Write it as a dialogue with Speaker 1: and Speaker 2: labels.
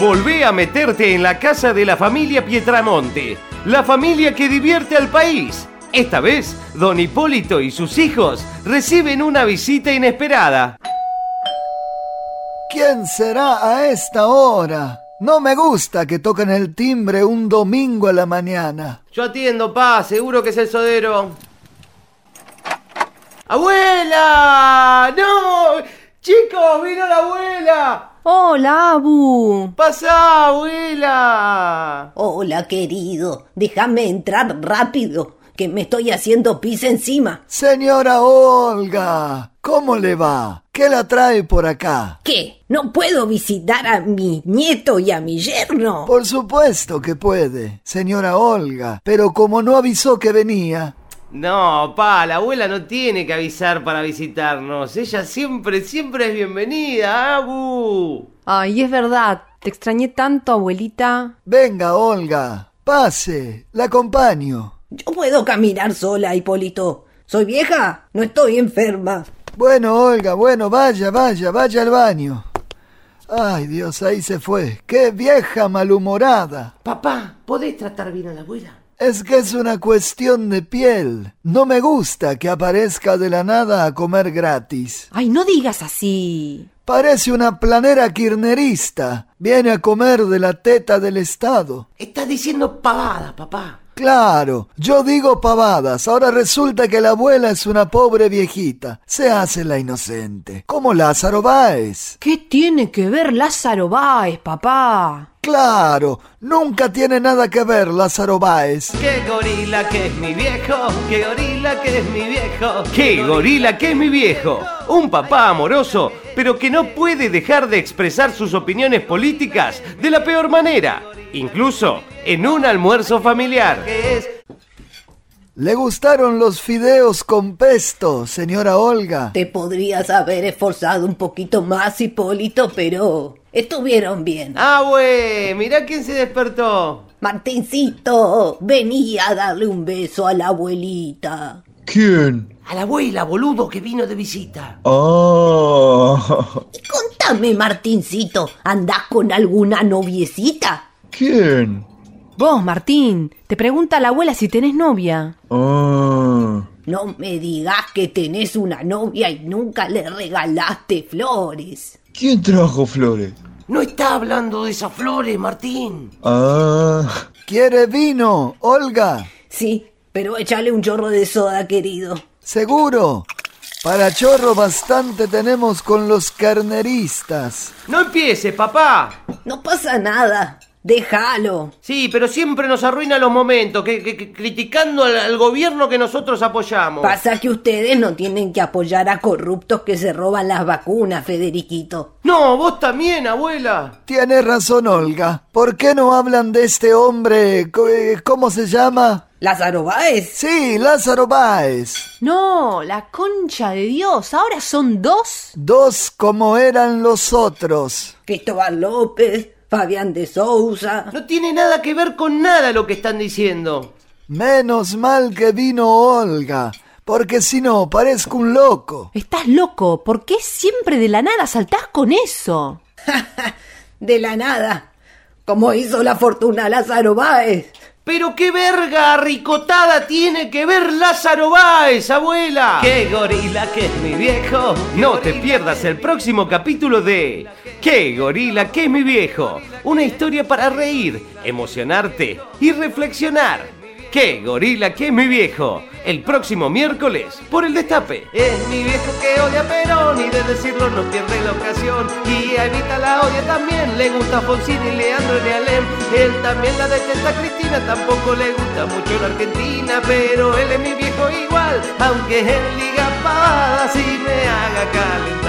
Speaker 1: Volvé a meterte en la casa de la familia Pietramonte, la familia que divierte al país. Esta vez, don Hipólito y sus hijos reciben una visita inesperada.
Speaker 2: ¿Quién será a esta hora? No me gusta que toquen el timbre un domingo a la mañana.
Speaker 3: Yo atiendo, pa, seguro que es el sodero. ¡Abuela! ¡No! ¡Chicos, vino la abuela!
Speaker 4: Hola, Abu.
Speaker 3: ¡Pasá, abuela!
Speaker 5: Hola, querido. Déjame entrar rápido, que me estoy haciendo pis encima.
Speaker 2: Señora Olga, ¿cómo le va? ¿Qué la trae por acá?
Speaker 5: ¿Qué? ¿No puedo visitar a mi nieto y a mi yerno?
Speaker 2: Por supuesto que puede, señora Olga, pero como no avisó que venía,
Speaker 3: No, pa, la abuela no tiene que avisar para visitarnos. Ella siempre, siempre es bienvenida, Abu.
Speaker 4: Ay, es verdad. Te extrañé tanto, abuelita.
Speaker 2: venga Olga, pase, la acompaño.
Speaker 5: Yo puedo caminar sola, Hipólito. ¿Soy vieja? No estoy enferma.
Speaker 2: Bueno, Olga, bueno, vaya, vaya, vaya al baño. Ay, Dios, ahí se fue. ¡Qué vieja malhumorada!
Speaker 3: Papá, ¿podés tratar bien a la abuela?
Speaker 2: Es que es una cuestión de piel. No me gusta que aparezca de la nada a comer gratis.
Speaker 4: Ay, no digas así.
Speaker 2: Parece una planera kirnerista. Viene a comer de la teta del Estado.
Speaker 3: Estás diciendo pavadas, papá.
Speaker 2: Claro, yo digo pavadas. Ahora resulta que la abuela es una pobre viejita. Se hace la inocente. Como Lázaro Báez.
Speaker 4: ¿Qué tiene que ver Lázaro Báez, papá?
Speaker 2: Claro, nunca tiene nada que ver Lázaro Báez.
Speaker 3: ¡Qué gorila que es mi viejo! ¡Qué gorila que es mi viejo!
Speaker 1: ¡Qué gorila que es mi viejo! Un papá amoroso, pero que no puede dejar de expresar sus opiniones políticas de la peor manera, incluso en un almuerzo familiar.
Speaker 2: ¿Le gustaron los fideos con pesto, señora Olga?
Speaker 5: Te podrías haber esforzado un poquito más, Hipólito, pero estuvieron bien.
Speaker 3: ¡Ah, güey! Mirá quién se despertó.
Speaker 5: Martincito, vení a darle un beso a la abuelita.
Speaker 6: ¿Quién?
Speaker 3: A la abuela, boludo, que vino de visita.
Speaker 6: Ah,
Speaker 5: Y contame, Martincito, ¿andás con alguna noviecita?
Speaker 6: ¿quién?
Speaker 4: Vos, Martín, te pregunta la abuela si tenés novia.
Speaker 6: Ah,
Speaker 5: No me digas que tenés una novia y nunca le regalaste flores.
Speaker 6: ¿quién trajo flores?
Speaker 3: No está hablando de esas flores, Martín.
Speaker 6: Ah,
Speaker 2: ¿Quiere vino, Olga?
Speaker 5: Sí, pero échale un chorro de soda, querido.
Speaker 2: Seguro. Para chorro bastante tenemos con los carneristas.
Speaker 3: No empieces, papá.
Speaker 5: No pasa nada, déjalo.
Speaker 3: Sí, pero siempre nos arruina los momentos, que, que- que- criticando al, al gobierno que nosotros apoyamos.
Speaker 5: Pasa que ustedes no tienen que apoyar a corruptos que se roban las vacunas, Federiquito.
Speaker 3: no, vos también, abuela.
Speaker 2: Tiene razón, Olga. ¿Por qué no hablan de este hombre? co- eh, ¿Cómo se llama?
Speaker 5: Lázaro Báez.
Speaker 2: Sí, Lázaro Báez.
Speaker 4: No, la concha de Dios. ¿Ahora son dos?
Speaker 2: Dos como eran los otros.
Speaker 5: Cristóbal López, Fabián de Sousa.
Speaker 3: No tiene nada que ver con nada lo que están diciendo.
Speaker 2: Menos mal que vino Olga, porque si no, parezco un loco.
Speaker 4: Estás loco. ¿Por qué siempre de la nada saltás con eso?
Speaker 5: De la nada. Como hizo la fortuna Lázaro Báez.
Speaker 3: Pero qué verga ricotada tiene que ver Lázaro Báez, abuela.
Speaker 1: ¡Qué gorila que es mi viejo! No te pierdas el próximo capítulo de ¡Qué gorila que es mi viejo! Una historia para reír, emocionarte y reflexionar. ¡Qué gorila que es mi viejo! El próximo miércoles por el Destape.
Speaker 3: Es mi viejo que odia a Perón y de decirlo no pierde la ocasión. Y a Evita la odia también, le gusta Fonsín y Leandro y Alem. Él también la detesta a Cristina, tampoco le gusta mucho la Argentina. Pero él es mi viejo igual, aunque él diga pavadas y me haga calentar.